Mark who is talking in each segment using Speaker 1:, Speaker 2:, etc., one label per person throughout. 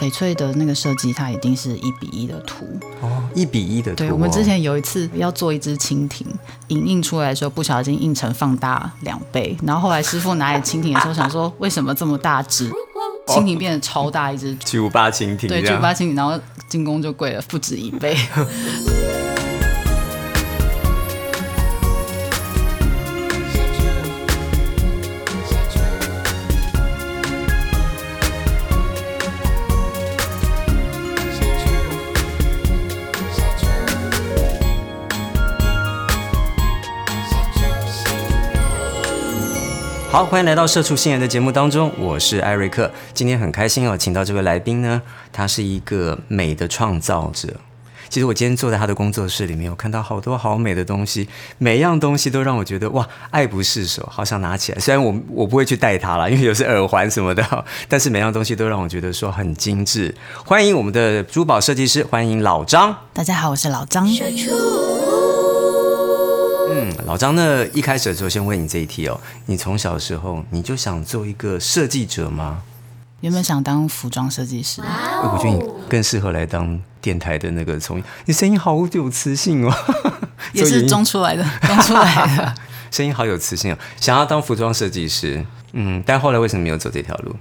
Speaker 1: 翡翠的那个设计，它一定是一比一的图。
Speaker 2: 哦，一比一的图、哦。
Speaker 1: 对，我们之前有一次要做一只蜻蜓，影印出来的时候不小心印成放大两倍，然后后来师傅拿起蜻蜓的时候，想说为什么这么大只？蜻蜓变得超大一只，
Speaker 2: 巨无霸蜻蜓，
Speaker 1: 对，巨无霸蜻蜓，然后进攻就贵了不止一倍。
Speaker 2: 好，欢迎来到《社畜新人》的节目当中，我是艾瑞克。今天很开心哦，请到这位来宾呢，他是一个美的创造者。其实我今天坐在他的工作室里面，我看到好多好美的东西，每样东西都让我觉得哇，爱不释手，好想拿起来。虽然我我不会去戴它啦，因为有些耳环什么的， 但是每样东西都让我觉得说很精致。欢迎我们的珠宝设计师，欢迎老张。
Speaker 1: 大家好，我是老张。
Speaker 2: 嗯，老张呢，一开始的时候先问你这一题哦，你从小时候你就想做一个设计者吗？
Speaker 1: 原本想当服装设计师，
Speaker 2: 哎我觉得你更适合来当电台的那个从，你声音好有磁性 哦，
Speaker 1: 也
Speaker 2: 做
Speaker 1: 是
Speaker 2: 音
Speaker 1: 装出来的，装出来的。
Speaker 2: 声音好有磁性哦，想要当服装设计师，嗯，但后来为什么没有走这条路？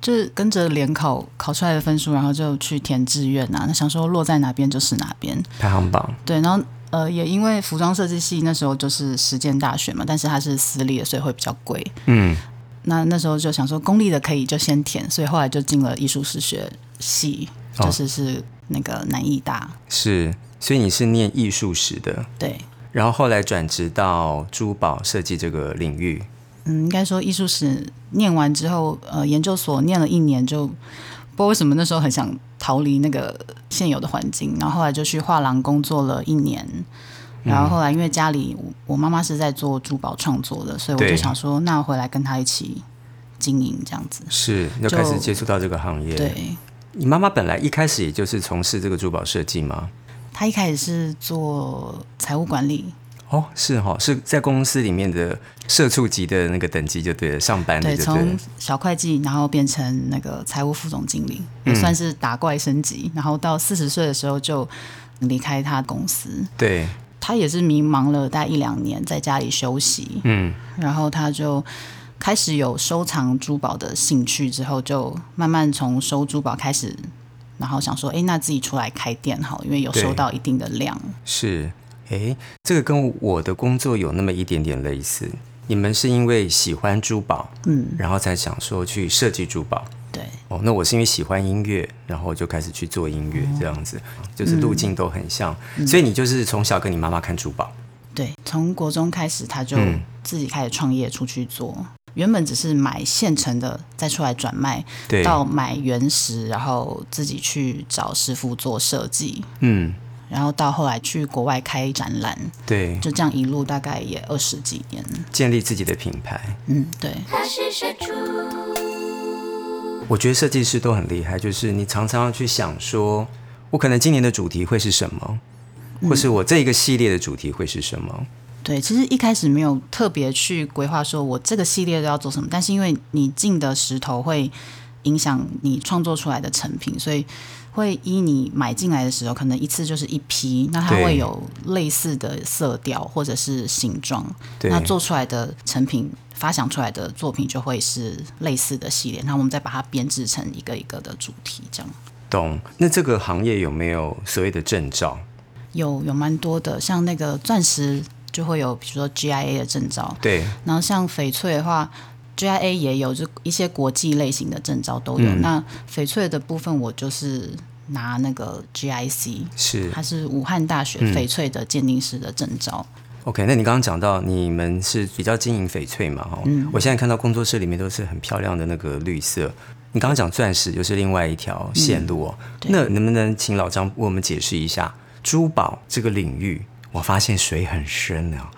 Speaker 1: 就是跟着联考考出来的分数，然后就去填志愿啊。那想说落在哪边就是哪边，
Speaker 2: 排行榜
Speaker 1: 对。然后呃，也因为服装设计系那时候就是实践大学嘛，但是它是私立的，所以会比较贵。嗯，那那时候就想说公立的可以就先填，所以后来就进了艺术史学系，
Speaker 2: 哦
Speaker 1: 就是是那个南艺大。
Speaker 2: 是，所以你是念艺术史的，
Speaker 1: 对，
Speaker 2: 然后后来转职到珠宝设计这个领域，
Speaker 1: 嗯，应该说艺术史念完之后，呃，研究所念了一年就，不知道为什么那时候很想逃离那个现有的环境，然后后来就去画廊工作了一年，然后后来因为家里我我妈妈是在做珠宝创作的，所以我就
Speaker 2: 对
Speaker 1: 想说，那回来跟她一起经营这样子。
Speaker 2: 是，要
Speaker 1: 就
Speaker 2: 开始接触到这个行业。，
Speaker 1: 对，
Speaker 2: 你妈妈本来一开始也就是从事这个珠宝设计吗？
Speaker 1: 她一开始是做财务管理，
Speaker 2: 哦，是哈、哦，是在公司里面的社畜级的那个等级就对了，上班的
Speaker 1: 对，
Speaker 2: 就对
Speaker 1: 从
Speaker 2: 了。
Speaker 1: 小会计，然后变成那个财务副总经理，也算是打怪升级。然后到四十岁的时候就离开他公司，
Speaker 2: 对，
Speaker 1: 他也是迷茫了大概一两年，在家里休息。
Speaker 2: 嗯，
Speaker 1: 然后他就开始有收藏珠宝的兴趣，之后就慢慢从收珠宝开始。然后想说，哎，那自己出来开店好了，因为有
Speaker 2: 对
Speaker 1: 收到一定的量。
Speaker 2: 是，诶，这个跟我的工作有那么一点点类似。你们是因为喜欢珠宝，嗯，然后才想说去设计珠宝。
Speaker 1: 对，
Speaker 2: 哦，那我是因为喜欢音乐，然后就开始去做音乐，这样子，就是路
Speaker 1: 嗯
Speaker 2: 径都很像。所以你就是从小跟你妈妈看珠宝，
Speaker 1: 对，从国中开始，他就
Speaker 2: 嗯
Speaker 1: 自己开始创业出去做。原本只是买现成的，再出来转卖，
Speaker 2: 对，
Speaker 1: 到买原石，然后自己去找师傅做设计，
Speaker 2: 嗯，
Speaker 1: 然后到后来去国外开展览，
Speaker 2: 对，
Speaker 1: 就这样一路大概也二十几年。
Speaker 2: 建立自己的品牌。
Speaker 1: 嗯，对，
Speaker 2: 我觉得设计师都很厉害，就是你常常要去想说，我可能今年的主题会是什么，
Speaker 1: 嗯
Speaker 2: 或是我这一个系列的主题会是什么。
Speaker 1: 对，其实一开始没有特别去规划说我这个系列都要做什么，但是因为你进的石头会影响你创作出来的成品，所以会依你买进来的石头，可能一次就是一批，那它
Speaker 2: 对
Speaker 1: 会有类似的色调或者是形状，
Speaker 2: 对，
Speaker 1: 那做出来的成品发想出来的作品就会是类似的系列，然后我们再把它编制成一个一个的主题，这样
Speaker 2: 懂。那这个行业有没有所谓的证照？
Speaker 1: 有有蛮多的，像那个钻石就会有，比如说 GIA 的证照，
Speaker 2: 对，
Speaker 1: 然后像翡翠的话。GIA 也有，就一些国际类型的证照都有。那翡翠的部分，我就是拿那个 GIC，
Speaker 2: 是
Speaker 1: 它是武汉大学翡翠的鉴定师的证照。
Speaker 2: OK。那你刚刚讲到你们是比较经营翡翠嘛？哦，我现在看到工作室里面都是很漂亮的那个绿色。你刚刚讲钻石又是另外一条线路哦。那能不能请老张为我们解释一下珠宝这个领域？我发现水很深啊、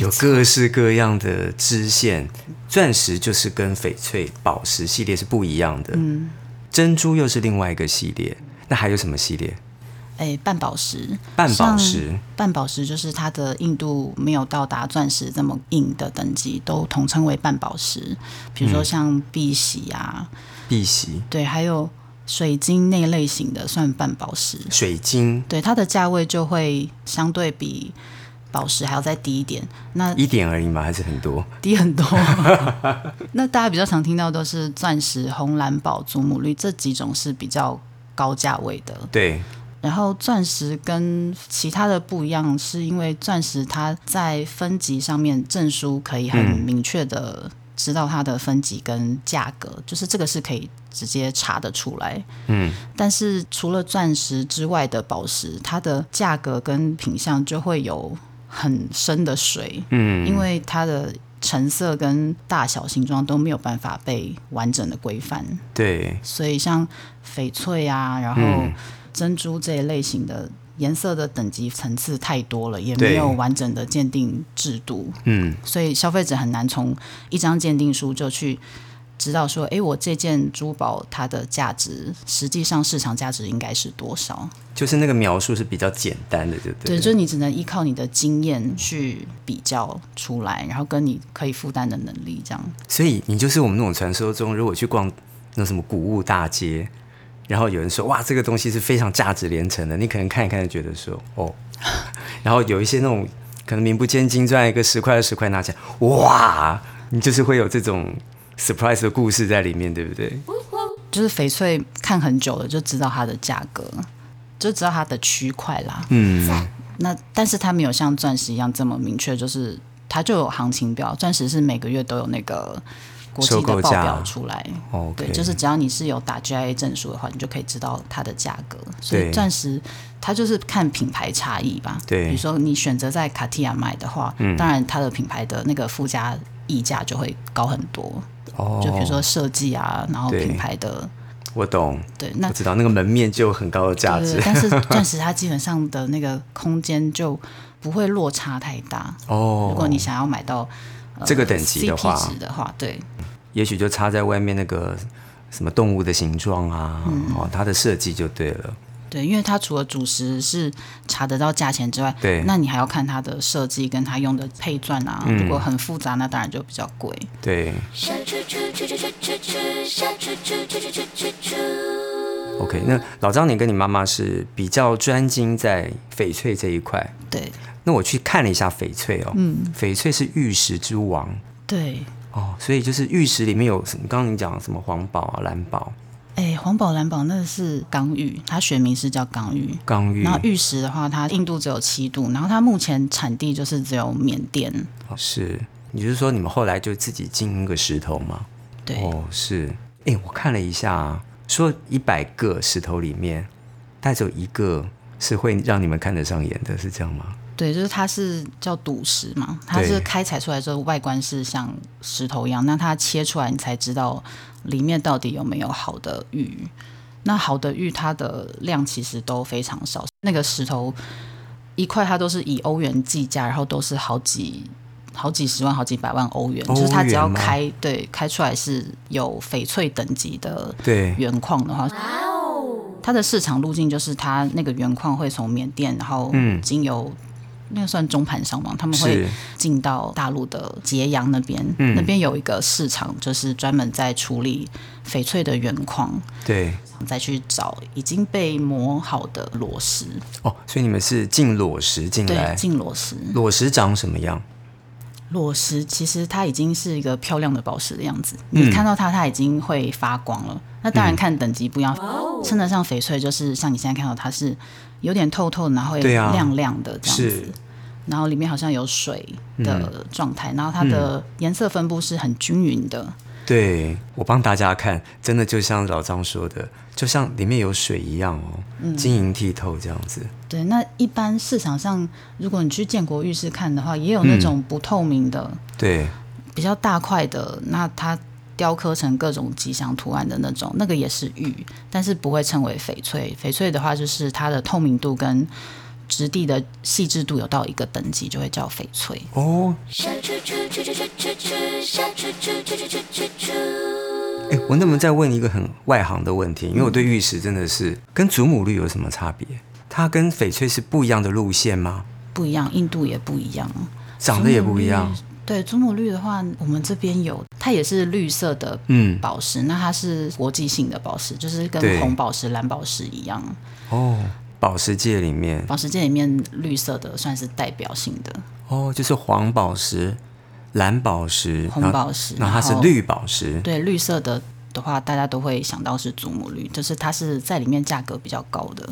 Speaker 2: 有各式各样的支线。钻石就是跟翡翠、宝石系列是不一样的，嗯，珍珠又是另外一个系列。那还有什么系列？
Speaker 1: 哎，半宝石，
Speaker 2: 半宝石
Speaker 1: 像半宝石就是它的硬度没有到达钻石这么硬的等级，都统称为半宝石。比如说像碧玺啊，
Speaker 2: 碧玺，
Speaker 1: 对，还有水晶那类型的算半宝石，
Speaker 2: 水晶
Speaker 1: 对它的价位就会相对比宝石还要再低一点。那
Speaker 2: 一点而已嘛，还是很多。
Speaker 1: 低很多。 那大家比较常听到都是钻石、红蓝宝、祖母绿这几种是比较高价位的。
Speaker 2: 对，
Speaker 1: 然后钻石跟其他的不一样，是因为钻石它在分级上面证书可以很明确的知道它的分级跟价格，就是这个是可以直接查得出来。
Speaker 2: 嗯，
Speaker 1: 但是除了钻石之外的宝石，它的价格跟品相就会有很深的水，
Speaker 2: 嗯，
Speaker 1: 因为它的成色跟大小、形状都没有办法被完整的规范。
Speaker 2: 对，
Speaker 1: 所以像翡翠啊，然后
Speaker 2: 嗯
Speaker 1: 珍珠这一类型的颜色的等级层次太多了，也
Speaker 2: 对
Speaker 1: 没有完整的鉴定制度，
Speaker 2: 嗯，
Speaker 1: 所以消费者很难从一张鉴定书就去知道说，诶，我这件珠宝它的价值实际上市场价值应该是多少？
Speaker 2: 就是那个描述是比较简单的，对不
Speaker 1: 对，
Speaker 2: 对？
Speaker 1: 就是你只能依靠你的经验去比较出来，然后跟你可以负担的能力这样。
Speaker 2: 所以你就是我们那种传说中，如果去逛那什么古物大街，然后有人说哇，这个东西是非常价值连城的，你可能看一看就觉得说哦， 然后有一些那种可能名不见经传，一个十块二十块拿起来，哇，你就是会有这种 surprise 的故事在里面，对不对？
Speaker 1: 就是翡翠看很久了，就知道它的价格，就知道它的区块啦。
Speaker 2: 嗯，
Speaker 1: 那但是它没有像钻石一样这么明确，就是它就有行情表，钻石是每个月都有那个国际
Speaker 2: 收
Speaker 1: 的
Speaker 2: 购
Speaker 1: 报
Speaker 2: 价
Speaker 1: 表出来。
Speaker 2: o k
Speaker 1: 哦对，就是只要你是有打 GIA 证书的话，你就可以知道它的价格。所以
Speaker 2: 对
Speaker 1: 钻石它就是看品牌差异吧。
Speaker 2: 对嗯
Speaker 1: 比如说你选择在卡地亚买的话，当然它的品牌的那个附加溢价就会高很多。
Speaker 2: 哦，
Speaker 1: 就比如说设计啊，然后
Speaker 2: 对
Speaker 1: 品牌的
Speaker 2: 我懂，
Speaker 1: 对，那
Speaker 2: 我知道那个门面就有很高的价
Speaker 1: 对
Speaker 2: 值
Speaker 1: 对，但是钻石它基本上的那个空间就不会落差太大。
Speaker 2: 哦。
Speaker 1: 如果你想要买到、呃
Speaker 2: 这个等级的话
Speaker 1: CP 值的话，对
Speaker 2: 也许就插在外面那个什么动物的形状啊，哦，它的设计就对了。
Speaker 1: 对，因为它除了主食是查得到价钱之外，
Speaker 2: 对嗯
Speaker 1: 那你还要看它的设计跟它用的配钻啊。如果很复杂，那当然就比较贵。
Speaker 2: 对
Speaker 3: 小猪猪猪猪猪猪猪，小猪猪猪猪猪猪猪。
Speaker 2: ，OK，那老张，你跟你妈妈是比较专精在翡翠这一块。
Speaker 1: 对
Speaker 2: 那我去看了一下翡翠哦，嗯，翡翠是玉石之王
Speaker 1: 对，
Speaker 2: 哦，所以就是玉石里面有什么？刚刚你讲什么黄宝啊、蓝宝、
Speaker 1: 哎，黄宝蓝宝那是刚玉，它学名是叫刚玉。
Speaker 2: 刚玉
Speaker 1: 然，后玉石的话，它硬度只有七度，然后它目前产地就是只有缅甸。
Speaker 2: 哦是，你是说你们后来就自己经营个石头吗？
Speaker 1: 对，
Speaker 2: 哦，是，哎、我看了一下、啊，说一百个石头里面，带走一个是会让你们看得上眼的，是这样吗？
Speaker 1: 对，就是它是叫赌石嘛，它
Speaker 2: 对
Speaker 1: 是开采出来之后外观是像石头一样，那它切出来你才知道里面到底有没有好的玉。那好的玉它的量其实都非常少，那个石头一块它都是以欧元计价，然后都是好几。好几十万、好几百万欧元，就是它只要
Speaker 2: 欧元吗
Speaker 1: 开对开出来是有翡翠等级的
Speaker 2: 对，
Speaker 1: 原矿的话，它的市场路径就是它那个原矿会从缅甸，然后
Speaker 2: 嗯
Speaker 1: 经由、那个算中盘商嘛，他们会
Speaker 2: 是，
Speaker 1: 进到大陆的揭阳那边，
Speaker 2: 嗯
Speaker 1: 那边有一个市场，就是专门在处理翡翠的原矿，
Speaker 2: 对，
Speaker 1: 再去找已经被磨好的裸石，
Speaker 2: 哦，所以你们是进裸石进
Speaker 1: 对，
Speaker 2: 来，
Speaker 1: 进裸石。
Speaker 2: 裸石长什么样？
Speaker 1: 裸石其实它已经是一个漂亮的宝石的样子，
Speaker 2: 嗯
Speaker 1: 你看到它，它已经会发光了。那当然看等级不一样，称得上翡翠就是像你现在看到它是有点透透的，然后会
Speaker 2: 对啊
Speaker 1: 亮亮的这样子
Speaker 2: 是，嗯
Speaker 1: 然后里面好像有水的状态，然后它的颜色分布是很均匀的。
Speaker 2: 对我帮大家看，真的就像老张说的，就像里面有水一样哦，晶莹剔透这样子。
Speaker 1: 对，那一般市场上，如果你去建国浴室看的话，也
Speaker 2: 嗯
Speaker 1: 有那种不透明的、
Speaker 2: 对，
Speaker 1: 比较大块的，那它雕刻成各种吉祥图案的那种，那个也是玉，但是不会称为翡翠。翡翠的话，就是它的透明度跟质地的细致度有到一个等级，就会叫翡翠。
Speaker 2: 哦，
Speaker 3: 小猪猪猪猪猪猪猪，小猪猪猪猪猪猪猪。
Speaker 2: 哎，我能不能再问一个很外行的问题？因为我
Speaker 1: 嗯
Speaker 2: 对玉石真的是跟祖母绿有什么差别？它跟翡翠是不一样的路线吗？
Speaker 1: 不一样，硬度也不一样，
Speaker 2: 长得也不一样
Speaker 1: 祖母绿。对，祖母绿的话，我们这边有，它也是绿色的
Speaker 2: 嗯，
Speaker 1: 宝石，那它是国际性的宝石，就是
Speaker 2: 对
Speaker 1: 跟红宝石、蓝宝石一样，
Speaker 2: 哦，宝石界里面
Speaker 1: 宝石界里面绿色的算是代表性的
Speaker 2: 哦，就是黄宝石、蓝宝石，
Speaker 1: 红
Speaker 2: 然后
Speaker 1: 宝石。
Speaker 2: 然后它是
Speaker 1: 然后
Speaker 2: 绿宝石，
Speaker 1: 对绿色的的话，大家都会想到是祖母绿，就是它是在里面价格比较高的。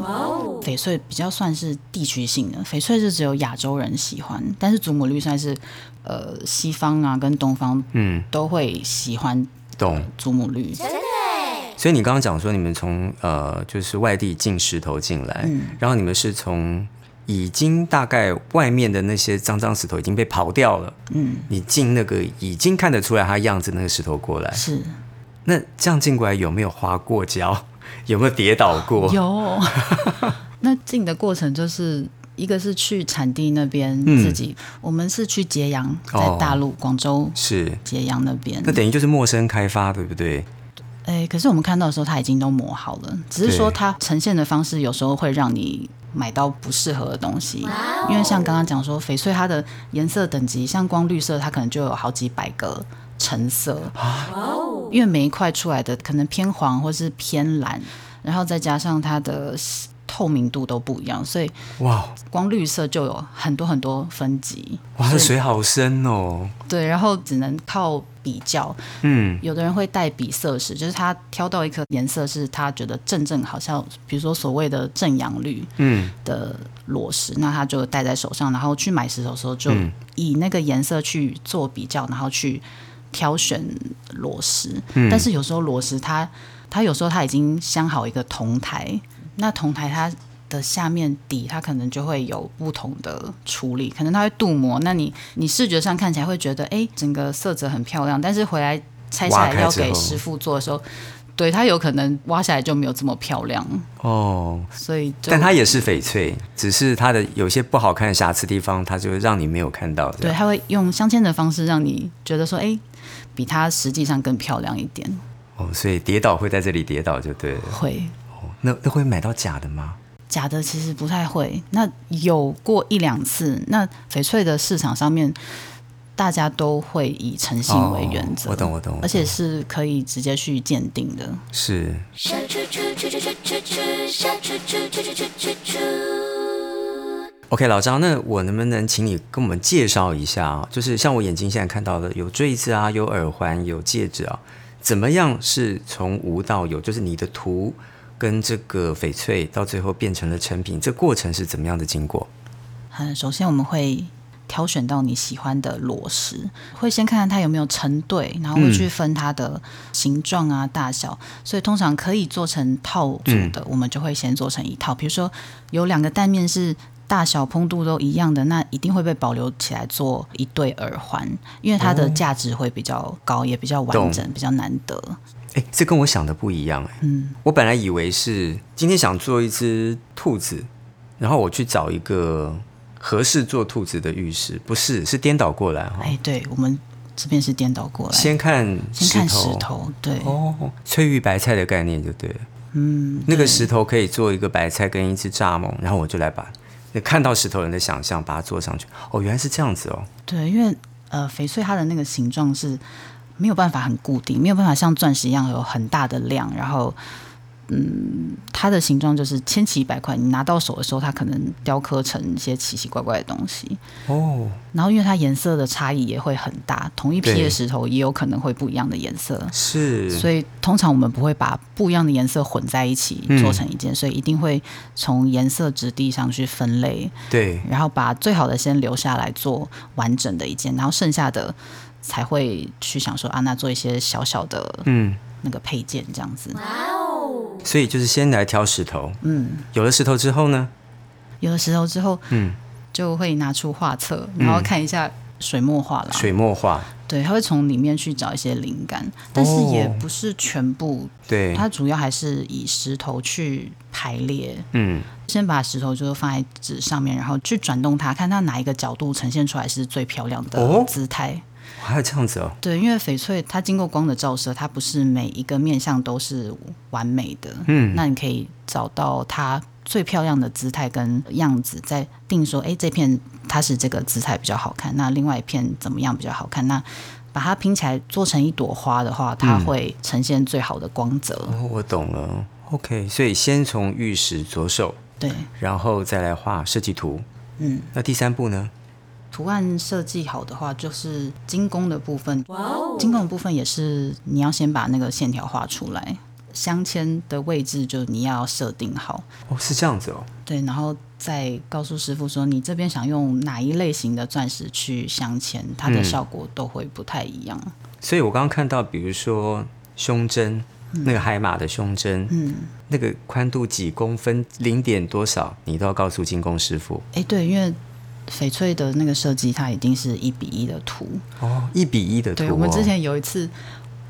Speaker 1: 翡翠比较算是地区性的，翡翠是只有亚洲人喜欢，但是祖母绿算是呃西方啊跟东方
Speaker 2: 嗯，
Speaker 1: 都会喜欢
Speaker 2: 懂。
Speaker 1: 祖母绿。
Speaker 2: 所以你刚刚讲说你们从呃就是外地进石头进来，
Speaker 1: 嗯
Speaker 2: 然后你们是从已经大概外面的那些脏脏石头已经被刨掉了，嗯，你进那个已经看得出来它样子那个石头过来，
Speaker 1: 是
Speaker 2: 那这样进过来有没有滑过跤？ 有没有跌倒过？
Speaker 1: 有， 那进的过程就是一个是去产地那边
Speaker 2: 嗯
Speaker 1: 自己，我们是去揭阳，
Speaker 2: 哦
Speaker 1: 在大陆广州
Speaker 2: 是，
Speaker 1: 揭阳那边。
Speaker 2: 那等于就是陌生开发，对不对？
Speaker 1: 哎，可是我们看到的时候，它已经都磨好了，只是说
Speaker 2: 对
Speaker 1: 它呈现的方式有时候会让你买到不适合的东西。因为像刚刚讲说翡翠，它的颜色等级，像光绿色，它可能就有好几百个橙色，因为每一块出来的可能偏黄或是偏蓝，然后再加上它的透明度都不一样，所以
Speaker 2: 哇
Speaker 1: 光绿色就有很多很多分级。
Speaker 2: 哇，
Speaker 1: 所
Speaker 2: 这
Speaker 1: 以
Speaker 2: 水好深哦，
Speaker 1: 对，然后只能靠比较，
Speaker 2: 嗯，
Speaker 1: 有的人会带比色石，就是他挑到一颗颜色是他觉得正正好像，比如说所谓的正阳绿
Speaker 2: 嗯，
Speaker 1: 的裸石，那他就戴在手上，然后去买石头的时候就
Speaker 2: 嗯
Speaker 1: 以那个颜色去做比较，然后去挑选裸石。
Speaker 2: 嗯
Speaker 1: 但是有时候裸石它它有时候它已经镶好一个铜台，那铜台它。的下面底，它可能就会有不同的处理，可能它会镀膜。那你你视觉上看起来会觉得，哎、整个色泽很漂亮，但是回来拆下
Speaker 2: 挖
Speaker 1: 来
Speaker 2: 开
Speaker 1: 要
Speaker 2: 之
Speaker 1: 给
Speaker 2: 后
Speaker 1: 师傅做的时候，对它有可能挖下来就没有这么漂亮，
Speaker 2: 哦，
Speaker 1: 所以就
Speaker 2: 但它也是翡翠，只是它的有些不好看的瑕疵地方，它就让你没有看到。这
Speaker 1: 对，
Speaker 2: 样，
Speaker 1: 它会用镶嵌的方式让你觉得说，哎、比它实际上更漂亮一点。
Speaker 2: 哦，所以跌倒会在这里跌倒就对了。
Speaker 1: 会
Speaker 2: 哦，那那会买到假的吗？
Speaker 1: 假的其实不太会，那有过一两次。那翡翠的市场上面，大家都会以诚信为原则、
Speaker 2: 哦我懂我懂我懂
Speaker 1: 而且是可以直接去鉴定的。
Speaker 2: 是，
Speaker 3: 小猪猪猪猪猪猪猪，小猪猪猪猪猪猪猪。
Speaker 2: OK，老张，那我能不能请你跟我们介绍一下啊？就是像我眼睛现在看到的，有坠子啊，有耳环，有戒指啊，怎么样是从无到有？就是你的图跟这个翡翠到最后变成了成品，这过程是怎么样的经过？
Speaker 1: 嗯，首先我们会挑选到你喜欢的裸石，会先看看它有没有成对，然后会去分它的形状啊、大小。所以通常可以做成套组的，我们就会先做成一套。比如说有两个蛋面是。大小蓬度都一样的，那一定会被保留起来做一对耳环，因为它的价值会比较高，也比较完整，比较难得。
Speaker 2: 哎，这跟我想的不一样哎。
Speaker 1: 嗯，
Speaker 2: 我本来以为是今天想做一只兔子，然后我去找一个合适做兔子的玉石，不是，是颠倒过来哈、
Speaker 1: 哎、对我们这边是颠倒过来，
Speaker 2: 先看
Speaker 1: 先看石头，对，
Speaker 2: 哦，翠玉白菜的概念就对了。
Speaker 1: 嗯，
Speaker 2: 那个
Speaker 1: 对
Speaker 2: 石头可以做一个白菜跟一只蚱蜢，然后我就来把那看到石头人的想象把它做上去。哦，原来是这样子哦。
Speaker 1: 对，因为呃，翡翠它的那个形状是没有办法很固定，没有办法像钻石一样有很大的量，然后嗯，它的形状就是千奇百怪。你拿到手的时候，它可能雕刻成一些奇奇怪怪的东西。
Speaker 2: 哦，
Speaker 1: 然后，因为它颜色的差异也会很大，同一批
Speaker 2: 对
Speaker 1: 的石头也有可能会不一样的颜色。
Speaker 2: 是，
Speaker 1: 所以通常我们不会把不一样的颜色混在一起
Speaker 2: 嗯
Speaker 1: 做成一件，所以一定会从颜色质地上去分类。
Speaker 2: 对，
Speaker 1: 然后把最好的先留下来做完整的一件，然后剩下的才会去想说啊，那做一些小小的
Speaker 2: 嗯，
Speaker 1: 那个配件这样子。
Speaker 2: 所以就是先来挑石头，
Speaker 1: 嗯，
Speaker 2: 有了石头之后呢，
Speaker 1: 有了石头之后
Speaker 2: 嗯，
Speaker 1: 就会拿出画册，然后看一下水墨画廊，
Speaker 2: 水墨画，
Speaker 1: 对，他会从里面去找一些灵感，但是也
Speaker 2: 哦
Speaker 1: 不是全部，
Speaker 2: 对，
Speaker 1: 它主要还是以石头去排列。
Speaker 2: 嗯，
Speaker 1: 先把石头就是放在纸上面，然后去转动它，看它哪一个角度呈现出来是最漂亮
Speaker 2: 哦
Speaker 1: 的姿态。
Speaker 2: 还有这样子哦。
Speaker 1: 对，因为翡翠它经过光的照射，它不是每一个面相都是完美的。
Speaker 2: 嗯
Speaker 1: 那你可以找到它最漂亮的姿态跟样子，再定说，哎，这片它是这个姿态比较好看，那另外一片怎么样比较好看？那把它拼起来做成一朵花的话，它会呈现最好的光泽。
Speaker 2: 哦，我懂了。OK，所以先从玉石着手，
Speaker 1: 对，
Speaker 2: 然后再来画设计图。
Speaker 1: 嗯，
Speaker 2: 那第三步呢？
Speaker 1: 图案设计好的话，就是精工的部分。精工的部分也是你要先把那个线条画出来，镶嵌的位置就你要设定好，
Speaker 2: 哦，是这样子哦。
Speaker 1: 对，然后再告诉师傅说你这边想用哪一类型的钻石去镶嵌，它的
Speaker 2: 嗯
Speaker 1: 效果都会不太一样。
Speaker 2: 所以我刚刚看到，比如说胸针，
Speaker 1: 嗯
Speaker 2: 那个海马的胸针，嗯，那个宽度几公分，零点多少，你都要告诉精工师傅。
Speaker 1: 哎、对，因为翡翠的那个设计，它一定是一比一的图。
Speaker 2: 哦，一比一的图、哦。
Speaker 1: 对，我们之前有一次，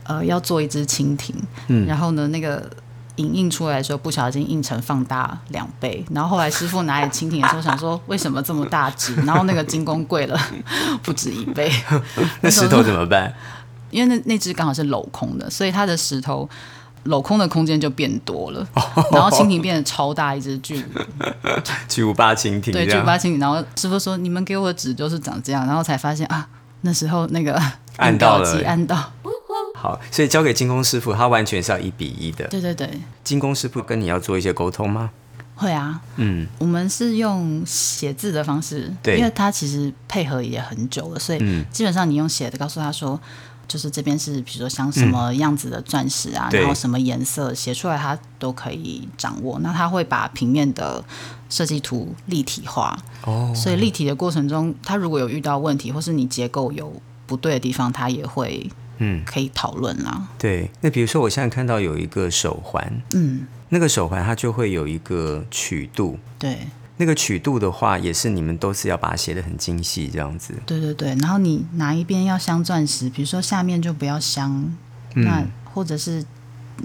Speaker 1: 呃，要做一只蜻蜓，
Speaker 2: 嗯
Speaker 1: 然后呢，那个影印出来的时候不小心印成放大两倍，然后后来师傅拿来蜻蜓的时候，想说为什么这么大只，然后那个精工贵了 不止一倍，
Speaker 2: 那石头怎么办？
Speaker 1: 因为那那只刚好是镂空的，所以它的石头。镂空的空间就变多了，
Speaker 2: 哦
Speaker 1: 然后蜻蜓变得超大一只 巨无
Speaker 2: 巨无霸蜻蜓这
Speaker 1: 对，就
Speaker 2: 样。
Speaker 1: 八清理。然后师傅说：“你们给我的纸就是长这样。”然后才发现啊，那时候 那个
Speaker 2: 按到
Speaker 1: 印稿机
Speaker 2: 了
Speaker 1: 按到，
Speaker 2: 好，所以交给精工师傅，他完全是要一比一的。
Speaker 1: 对对对，
Speaker 2: 精工师傅跟你要做一些沟通吗？
Speaker 1: 会啊。
Speaker 2: 嗯，
Speaker 1: 我们是用写字的方式，
Speaker 2: 对
Speaker 1: 因为他其实配合也很久了，所以
Speaker 2: 嗯
Speaker 1: 基本上你用写的告诉他说。就是这边是，比如说像什么样子的钻石啊，
Speaker 2: 对
Speaker 1: 然后什么颜色写出来，他都可以掌握。那他会把平面的设计图立体化，
Speaker 2: 哦，
Speaker 1: 所以立体的过程中，它如果有遇到问题，或是你结构有不对的地方，它也会
Speaker 2: 嗯，
Speaker 1: 可以讨论啊啦。
Speaker 2: 对。那比如说，我现在看到有一个手环，
Speaker 1: 嗯，
Speaker 2: 那个手环它就会有一个曲度，
Speaker 1: 对
Speaker 2: 那个曲度的话，也是你们都是要把它写的很精细这样子。
Speaker 1: 对对对。然后你哪一边要镶钻石，比如说下面就不要镶，那或者是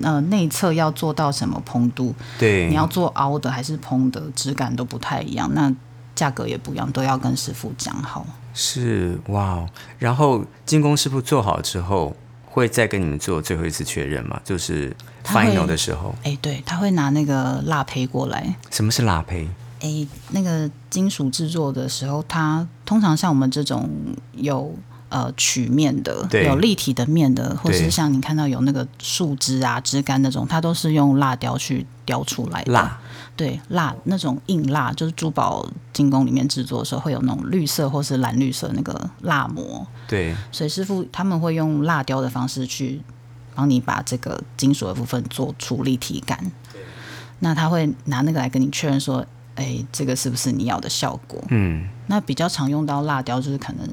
Speaker 1: 呃内侧要做到什么蓬度，
Speaker 2: 对，
Speaker 1: 你要做凹的还是蓬的，质感都不太一样，那价格也不一样，都要跟师傅讲好。
Speaker 2: 是哇哦。然后精工师傅做好之后，会再跟你们做最后一次确认嘛？就是
Speaker 1: 他会
Speaker 2: final 的时候，
Speaker 1: 哎，对，他会拿那个蜡胚过来，
Speaker 2: 什么是拉胚？
Speaker 1: 诶，那个金属制作的时候，它通常像我们这种有呃曲面的、
Speaker 2: 对
Speaker 1: 有立体的面的，或是
Speaker 2: 对
Speaker 1: 像你看到有那个树枝啊、枝干那种，它都是用蜡雕去雕出来的。
Speaker 2: 蜡
Speaker 1: 对蜡那种硬蜡，就是珠宝精工里面制作的时候会有那种绿色或是蓝绿色那个蜡膜，
Speaker 2: 对，
Speaker 1: 所以师傅他们会用蜡雕的方式去帮你把这个金属的部分做出立体感。那他会拿那个来跟你确认说，哎、这个是不是你要的效果？
Speaker 2: 嗯，
Speaker 1: 那比较常用到蜡雕就是可能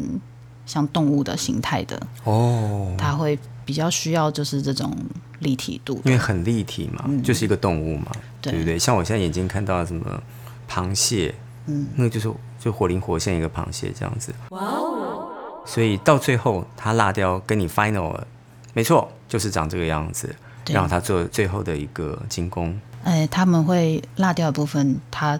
Speaker 1: 像动物的形态的，
Speaker 2: 哦，
Speaker 1: 它会比较需要就是这种立体度
Speaker 2: 因
Speaker 1: 的。
Speaker 2: 为很立体嘛，就是一个动物嘛，
Speaker 1: 对
Speaker 2: 嗯对不对？像我现在眼睛看到什么螃蟹，嗯，那个就是就活灵活现一个螃蟹这样子。哇哦！所以到最后，它辣雕跟你 final 了，没错，就是长这个样子。
Speaker 1: 对
Speaker 2: 然后它做最后的一个精工，
Speaker 1: 哎、他们会蜡雕的部分，他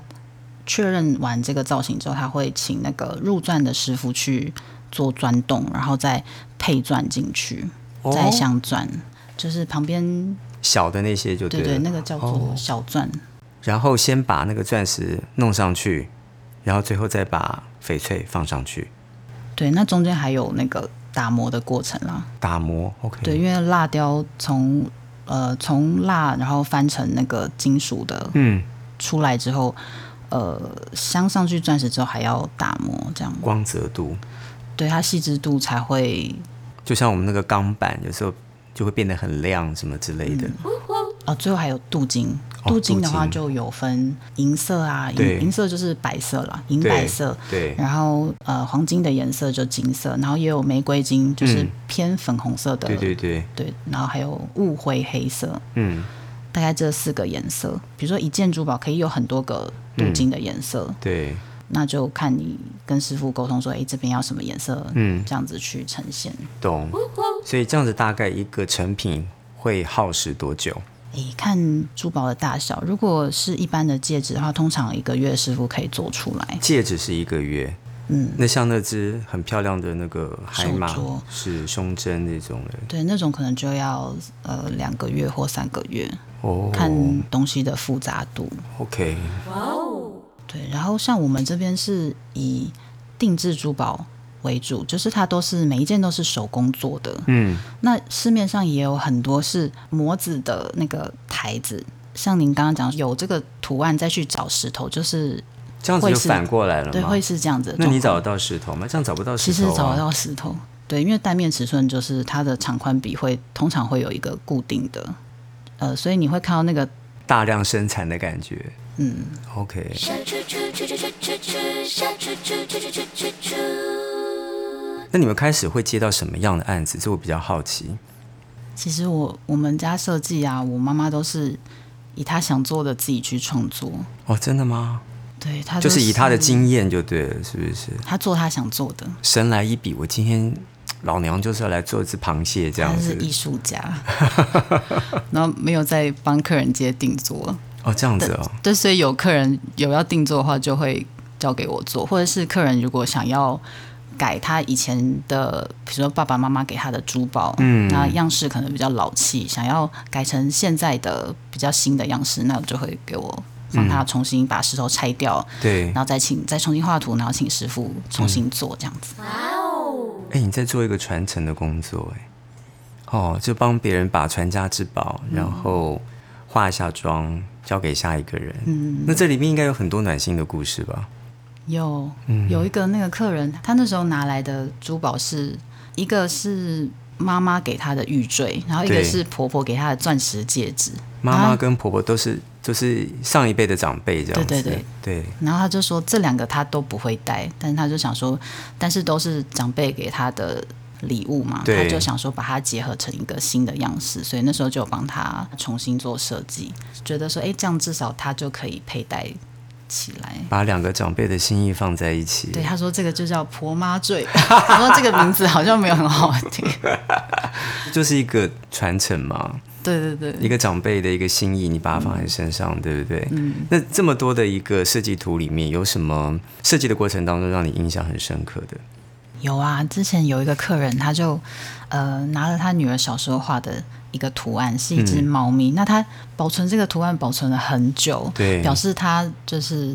Speaker 1: 确认完这个造型之后，他会请那个入钻的师傅去做钻洞，然后再配钻进去，
Speaker 2: 哦
Speaker 1: 再镶钻。就是旁边
Speaker 2: 小的那些就
Speaker 1: 对
Speaker 2: 了。
Speaker 1: 对，那个叫
Speaker 2: 哦
Speaker 1: 做小钻，
Speaker 2: 然后先把那个钻石弄上去，然后最后再把翡翠放上去
Speaker 1: 对，那中间还有那个打磨的过程啦。
Speaker 2: 打磨。OK，
Speaker 1: 对，因为蜡雕从呃从蜡然后翻成那个金属的
Speaker 2: 嗯，
Speaker 1: 出来之后，呃镶上去钻石之后还要打磨，这样
Speaker 2: 光泽度。
Speaker 1: 对它细致度才会
Speaker 2: 就像我们那个钢板，有时候就会变得很亮什么之类的。
Speaker 1: 哦，最后还有镀金。
Speaker 2: 哦
Speaker 1: 镀金的话
Speaker 2: 镀金
Speaker 1: 就有分银色啊，
Speaker 2: 对
Speaker 1: 银银色就是白色啦，银
Speaker 2: 对
Speaker 1: 白色，
Speaker 2: 对
Speaker 1: 然后呃黄金的颜色就金色，然后也有玫瑰金，就是
Speaker 2: 嗯
Speaker 1: 偏粉红色的，
Speaker 2: 对对对，
Speaker 1: 对，然后还有雾灰黑色，
Speaker 2: 嗯，
Speaker 1: 大概这四个颜色。比如说一件珠宝可以有很多个
Speaker 2: 嗯
Speaker 1: 镀金的颜色，
Speaker 2: 对，
Speaker 1: 那就看你跟师傅沟通说，哎，这边要什么颜色，
Speaker 2: 嗯
Speaker 1: 这样子去呈现。
Speaker 2: 懂。所以这样子大概一个成品会耗时多久？
Speaker 1: 哎，看珠宝的大小，如果是一般的戒指的话，通常一个月师傅可以做出来。
Speaker 2: 戒指是一个月。
Speaker 1: 嗯，
Speaker 2: 那像那只很漂亮的那个海马
Speaker 1: 手镯
Speaker 2: 是胸针那种的
Speaker 1: 对，那种可能就要呃两个月或三个月，
Speaker 2: 哦。
Speaker 1: 看东西的复杂度。
Speaker 2: OK，
Speaker 1: 对，然后像我们这边是以定制珠宝为主，就是它都是每一件都是手工做的。
Speaker 2: 嗯，
Speaker 1: 那市面上也有很多是模子的那个台子，像您刚刚讲有这个图案再去找石头，就是
Speaker 2: 这样子
Speaker 1: 会
Speaker 2: 就是反过来了
Speaker 1: 对，
Speaker 2: 嘛
Speaker 1: 会。是这样子的
Speaker 2: 那
Speaker 1: 状况。
Speaker 2: 你找得到石头吗？这样找不到
Speaker 1: 其
Speaker 2: 石
Speaker 1: 实
Speaker 2: 头、啊。
Speaker 1: 找得到石头，对，因为单面尺寸就是它的长宽比会通常会有一个固定的，呃，所以你会看到那个
Speaker 2: 大量生产的感觉。
Speaker 1: 嗯，
Speaker 2: OK，
Speaker 3: 下去去去去去去去，下去去去去去去去。
Speaker 2: 那你们开始会接到什么样的案子？这我比较好奇。
Speaker 1: 其实我我们家设计啊，我妈妈都是以她想做的自己去创作，
Speaker 2: 哦，真的吗？
Speaker 1: 对她、
Speaker 2: 就是
Speaker 1: 是
Speaker 2: 以他的，经验就对了，是不是？
Speaker 1: 她做她想做的，
Speaker 2: 神来一笔，我今天老娘就是要来做一只螃蟹这样
Speaker 1: 她是
Speaker 2: 子。
Speaker 1: 艺术家， 然后没有在帮客人接定做，
Speaker 2: 哦，这样子哦。
Speaker 1: 对，所以有客人有要定做的话，就会交给我做，或者是客人如果想要改他以前的，比如说爸爸妈妈给他的珠宝，
Speaker 2: 嗯
Speaker 1: 那样式可能比较老气，想要改成现在的比较新的样式，那我就会给我让他重新把石头拆掉，
Speaker 2: 对
Speaker 1: 然，后再请再重新画图，然后请师傅重新做这样子。
Speaker 2: 哎，你在做一个传承的工作，哎，哦，就帮别人把传家之宝，然
Speaker 1: 嗯
Speaker 2: 后化一下妆，交给下一个人。嗯，那这里面应该有很多暖心的故事吧？
Speaker 1: 有
Speaker 2: 嗯
Speaker 1: 有一个那个客人，他那时候拿来的珠宝是一个是妈妈给他的玉坠，然后一个
Speaker 2: 对
Speaker 1: 是婆婆给他的钻石戒指。
Speaker 2: 妈
Speaker 1: 然
Speaker 2: 妈
Speaker 1: 后
Speaker 2: 跟婆婆都是就是上一辈的长辈这样子。
Speaker 1: 对对
Speaker 2: 对
Speaker 1: 然后他就说这两个他都不会戴，但是他就想说，但是都是长辈给他的礼物嘛，
Speaker 2: 对
Speaker 1: 他就想说把它结合成一个新的样式，所以那时候就有帮他重新做设计，觉得说，哎，这样至少他就可以佩戴起来。
Speaker 2: 把两个长辈的心意放在一起。
Speaker 1: 对，啊他说这个就叫婆妈坠，然后这个名字好像没有很好听。
Speaker 2: 就是一个传承
Speaker 1: 嗯
Speaker 2: 嘛，
Speaker 1: 对对对，
Speaker 2: 一个长辈的一个心意，你把它放在身上，对不对？嗯。那这么多的一个设计图里面，有什么设计的过程当中让你印象很深刻的？
Speaker 1: 有啊，之前有一个客人，他就呃拿了他女儿小时候画的一个图案，是一只猫咪。那他保存这个图案保存了很久，
Speaker 2: 对
Speaker 1: 表示他就是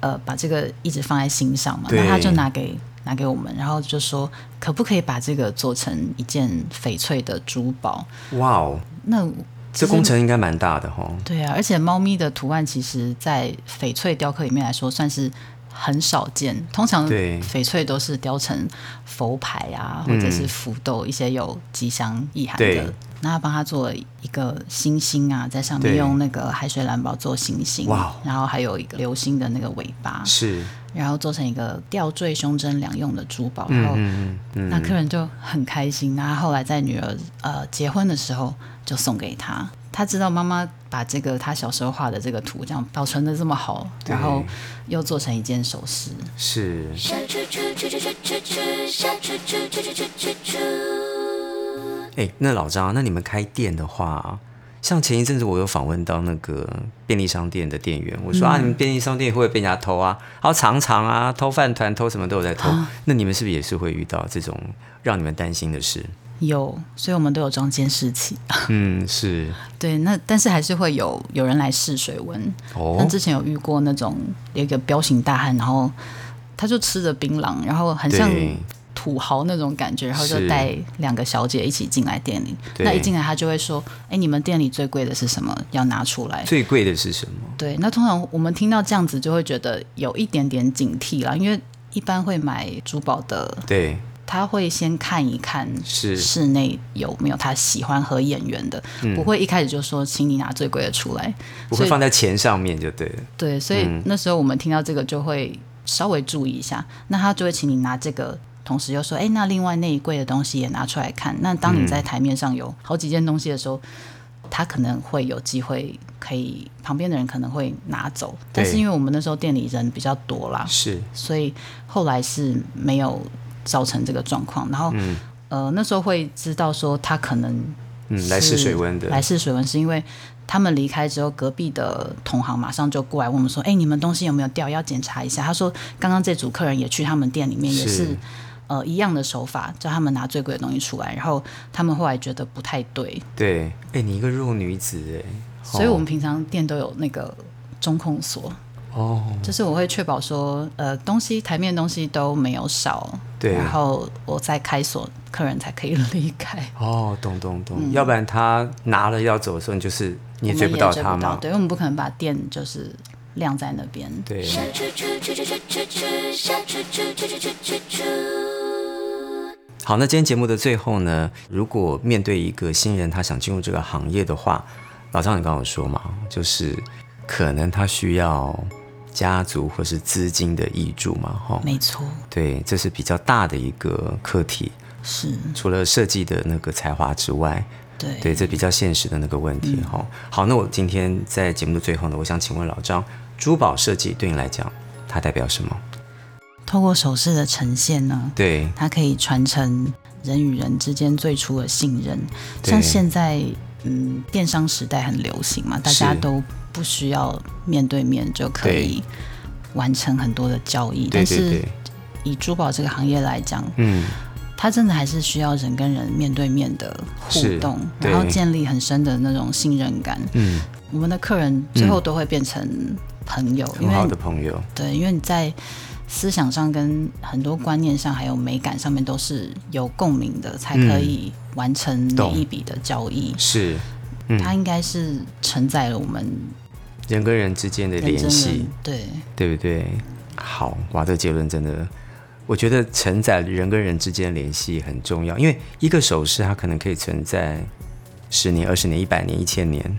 Speaker 1: 呃把这个一直放在心上嘛。
Speaker 2: 对
Speaker 1: 那他就拿给拿给我们，然后就说可不可以把这个做成一件翡翠的珠宝？
Speaker 2: 哇哦，
Speaker 1: 那其实
Speaker 2: 这工程应该蛮大的哈。
Speaker 1: 对啊，而且猫咪的图案其实，在翡翠雕刻里面来说，算是很少见。通常
Speaker 2: 对
Speaker 1: 翡翠都是雕成佛牌啊，或者是福斗一些有吉祥意涵
Speaker 2: 嗯对
Speaker 1: 的。那他帮他做了一个星星啊，在上
Speaker 2: 对
Speaker 1: 面用那个海水蓝宝做星星
Speaker 2: 哇哦，
Speaker 1: 然后还有一个流星的那个尾巴，
Speaker 2: 是，
Speaker 1: 然后做成一个吊坠胸针两用的珠宝，然后
Speaker 2: 嗯嗯
Speaker 1: 那客人就很开心。那他后来在女儿呃结婚的时候就送给他，他知道妈妈把这个他小时候画的这个图这样保存的这么好，
Speaker 2: 对
Speaker 1: 然后又做成一件首饰。
Speaker 2: 是。
Speaker 3: 下去去去去去去去，下去去去去去去去。
Speaker 2: 哎、那老张，那你们开店的话，像前一阵子我有访问到那个便利商店的店员，我
Speaker 1: 嗯
Speaker 2: 说、啊，你们便利商店会不会被人家偷啊？然后常常啊，偷饭团、偷什么都有在偷。
Speaker 1: 啊
Speaker 2: 那你们是不是也是会遇到这种让你们担心的事？
Speaker 1: 有，所以我们都有装监视器。啊
Speaker 2: 嗯，是
Speaker 1: 对，那但是还是会有有人来试水温。那
Speaker 2: 哦，
Speaker 1: 之前有遇过那种有一个彪形大汉，然后他就吃着槟榔，然后很像哎
Speaker 2: 对
Speaker 1: 土豪那种感觉，然后就是带两个小姐一起进来店里。
Speaker 2: 对
Speaker 1: 那一进来，他就会说：“哎、你们店里最贵的是什么？要拿出来。
Speaker 2: 最贵的是什么？”
Speaker 1: 对，那通常我们听到这样子，就会觉得有一点点警惕啦，因为一般会买珠宝的，
Speaker 2: 对，
Speaker 1: 他会先看一看
Speaker 2: 是嗯
Speaker 1: 室内有没有他喜欢和眼缘的，不会一开始就说请你拿最贵的出来。
Speaker 2: 不
Speaker 1: 所
Speaker 2: 会
Speaker 1: 以
Speaker 2: 放在钱上面就对了。
Speaker 1: 对，所以那时候我们听到这个就会稍微注意一下，那他就会请你拿这个。同时又说，哎、那另外那一柜的东西也拿出来看。那当你在台面上有好几件东西的时候，他可能会有机会可以，旁边的人可能会拿走。但是因为我们那时候店里人比较多啦，
Speaker 2: 是
Speaker 1: 所以后来是没有造成这个状况。然后，呃，那时候会知道说他可能
Speaker 2: 嗯，来
Speaker 1: 是
Speaker 2: 试水温的，
Speaker 1: 来试水温是因为他们离开之后，隔壁的同行马上就过来问我们说：“哎、你们东西有没有掉？要检查一下。”他说：“刚刚这组客人也去他们店里面，也
Speaker 2: 是
Speaker 1: 是呃一样的手法，叫他们拿最贵的东西出来。然后他们后来觉得不太对，
Speaker 2: 对。哎、你一个弱女子哎、
Speaker 1: 所以我们
Speaker 2: 哦
Speaker 1: 平常店都有那个中控锁，
Speaker 2: 哦，
Speaker 1: 就是我会确保说，呃，东西台面东西都没有少，
Speaker 2: 对
Speaker 1: 然后我再开锁，客人才可以 离开。
Speaker 2: 哦，懂懂懂，
Speaker 1: 嗯
Speaker 2: 要不然他拿了要走的时候，你就是你也追不到他
Speaker 1: 我们也追不到
Speaker 2: 嘛。
Speaker 1: 对，因为我们不可能把店就是晾在那边。
Speaker 2: 对，
Speaker 3: 下去去去去去去下去去去去去去去。
Speaker 2: 好，那今天节目的最后呢，如果面对一个新人，他想进入这个行业的话，老张你刚刚有说嘛，就是可能他需要家族或是资金的益助嘛，哈，
Speaker 1: 没错，
Speaker 2: 对，这是比较大的一个课题。
Speaker 1: 是
Speaker 2: 除了设计的那个才华之外，
Speaker 1: 对。嗯
Speaker 2: 对，这比较现实的那个问题哈、好，那我今天在节目的最后呢，我想请问老张，珠宝设计对你来讲，它代表什么？
Speaker 1: 透过首饰的呈现呢，
Speaker 2: 对，
Speaker 1: 它可以传承人与人之间最初的信任。
Speaker 2: 对
Speaker 1: 像现在，嗯，电商时代很流行嘛，大家
Speaker 2: 是
Speaker 1: 都不需要面对面就可以完成很多的交易。但
Speaker 2: 对对对
Speaker 1: 是，以珠宝这个行业来讲，
Speaker 2: 嗯，
Speaker 1: 它真的还是需要人跟人面对面的互
Speaker 2: 是
Speaker 1: 动，
Speaker 2: 对
Speaker 1: 然后建立很深的那种信任感。
Speaker 2: 嗯，
Speaker 1: 我们的客人最后都会变成朋友，因
Speaker 2: 很好
Speaker 1: 为
Speaker 2: 的朋友，
Speaker 1: 对，因为你在思想上、跟很多观念上，还有美感上面都是有共鸣的，才可以完成每
Speaker 2: 嗯懂嗯
Speaker 1: 一笔的交易。
Speaker 2: 是
Speaker 1: 它应该是承载了我们
Speaker 2: 人跟人之间的
Speaker 1: 人
Speaker 2: 联
Speaker 1: 真人
Speaker 2: 系，
Speaker 1: 对
Speaker 2: 对不对？好，哇，这个结论真的，我觉得承载人跟人之间的联系很重要，因为一个首饰它可能可以存在十年、二十年、一百年、一千年，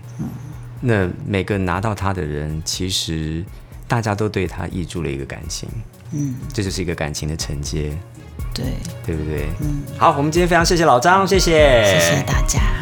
Speaker 2: 那每个拿到它的人，其实大家都对它溢注了一个感情，嗯，这就是一个感情的承接，
Speaker 1: 对，
Speaker 2: 对不对？嗯，好，我们今天非常谢谢老张，谢谢，
Speaker 1: 谢谢大家。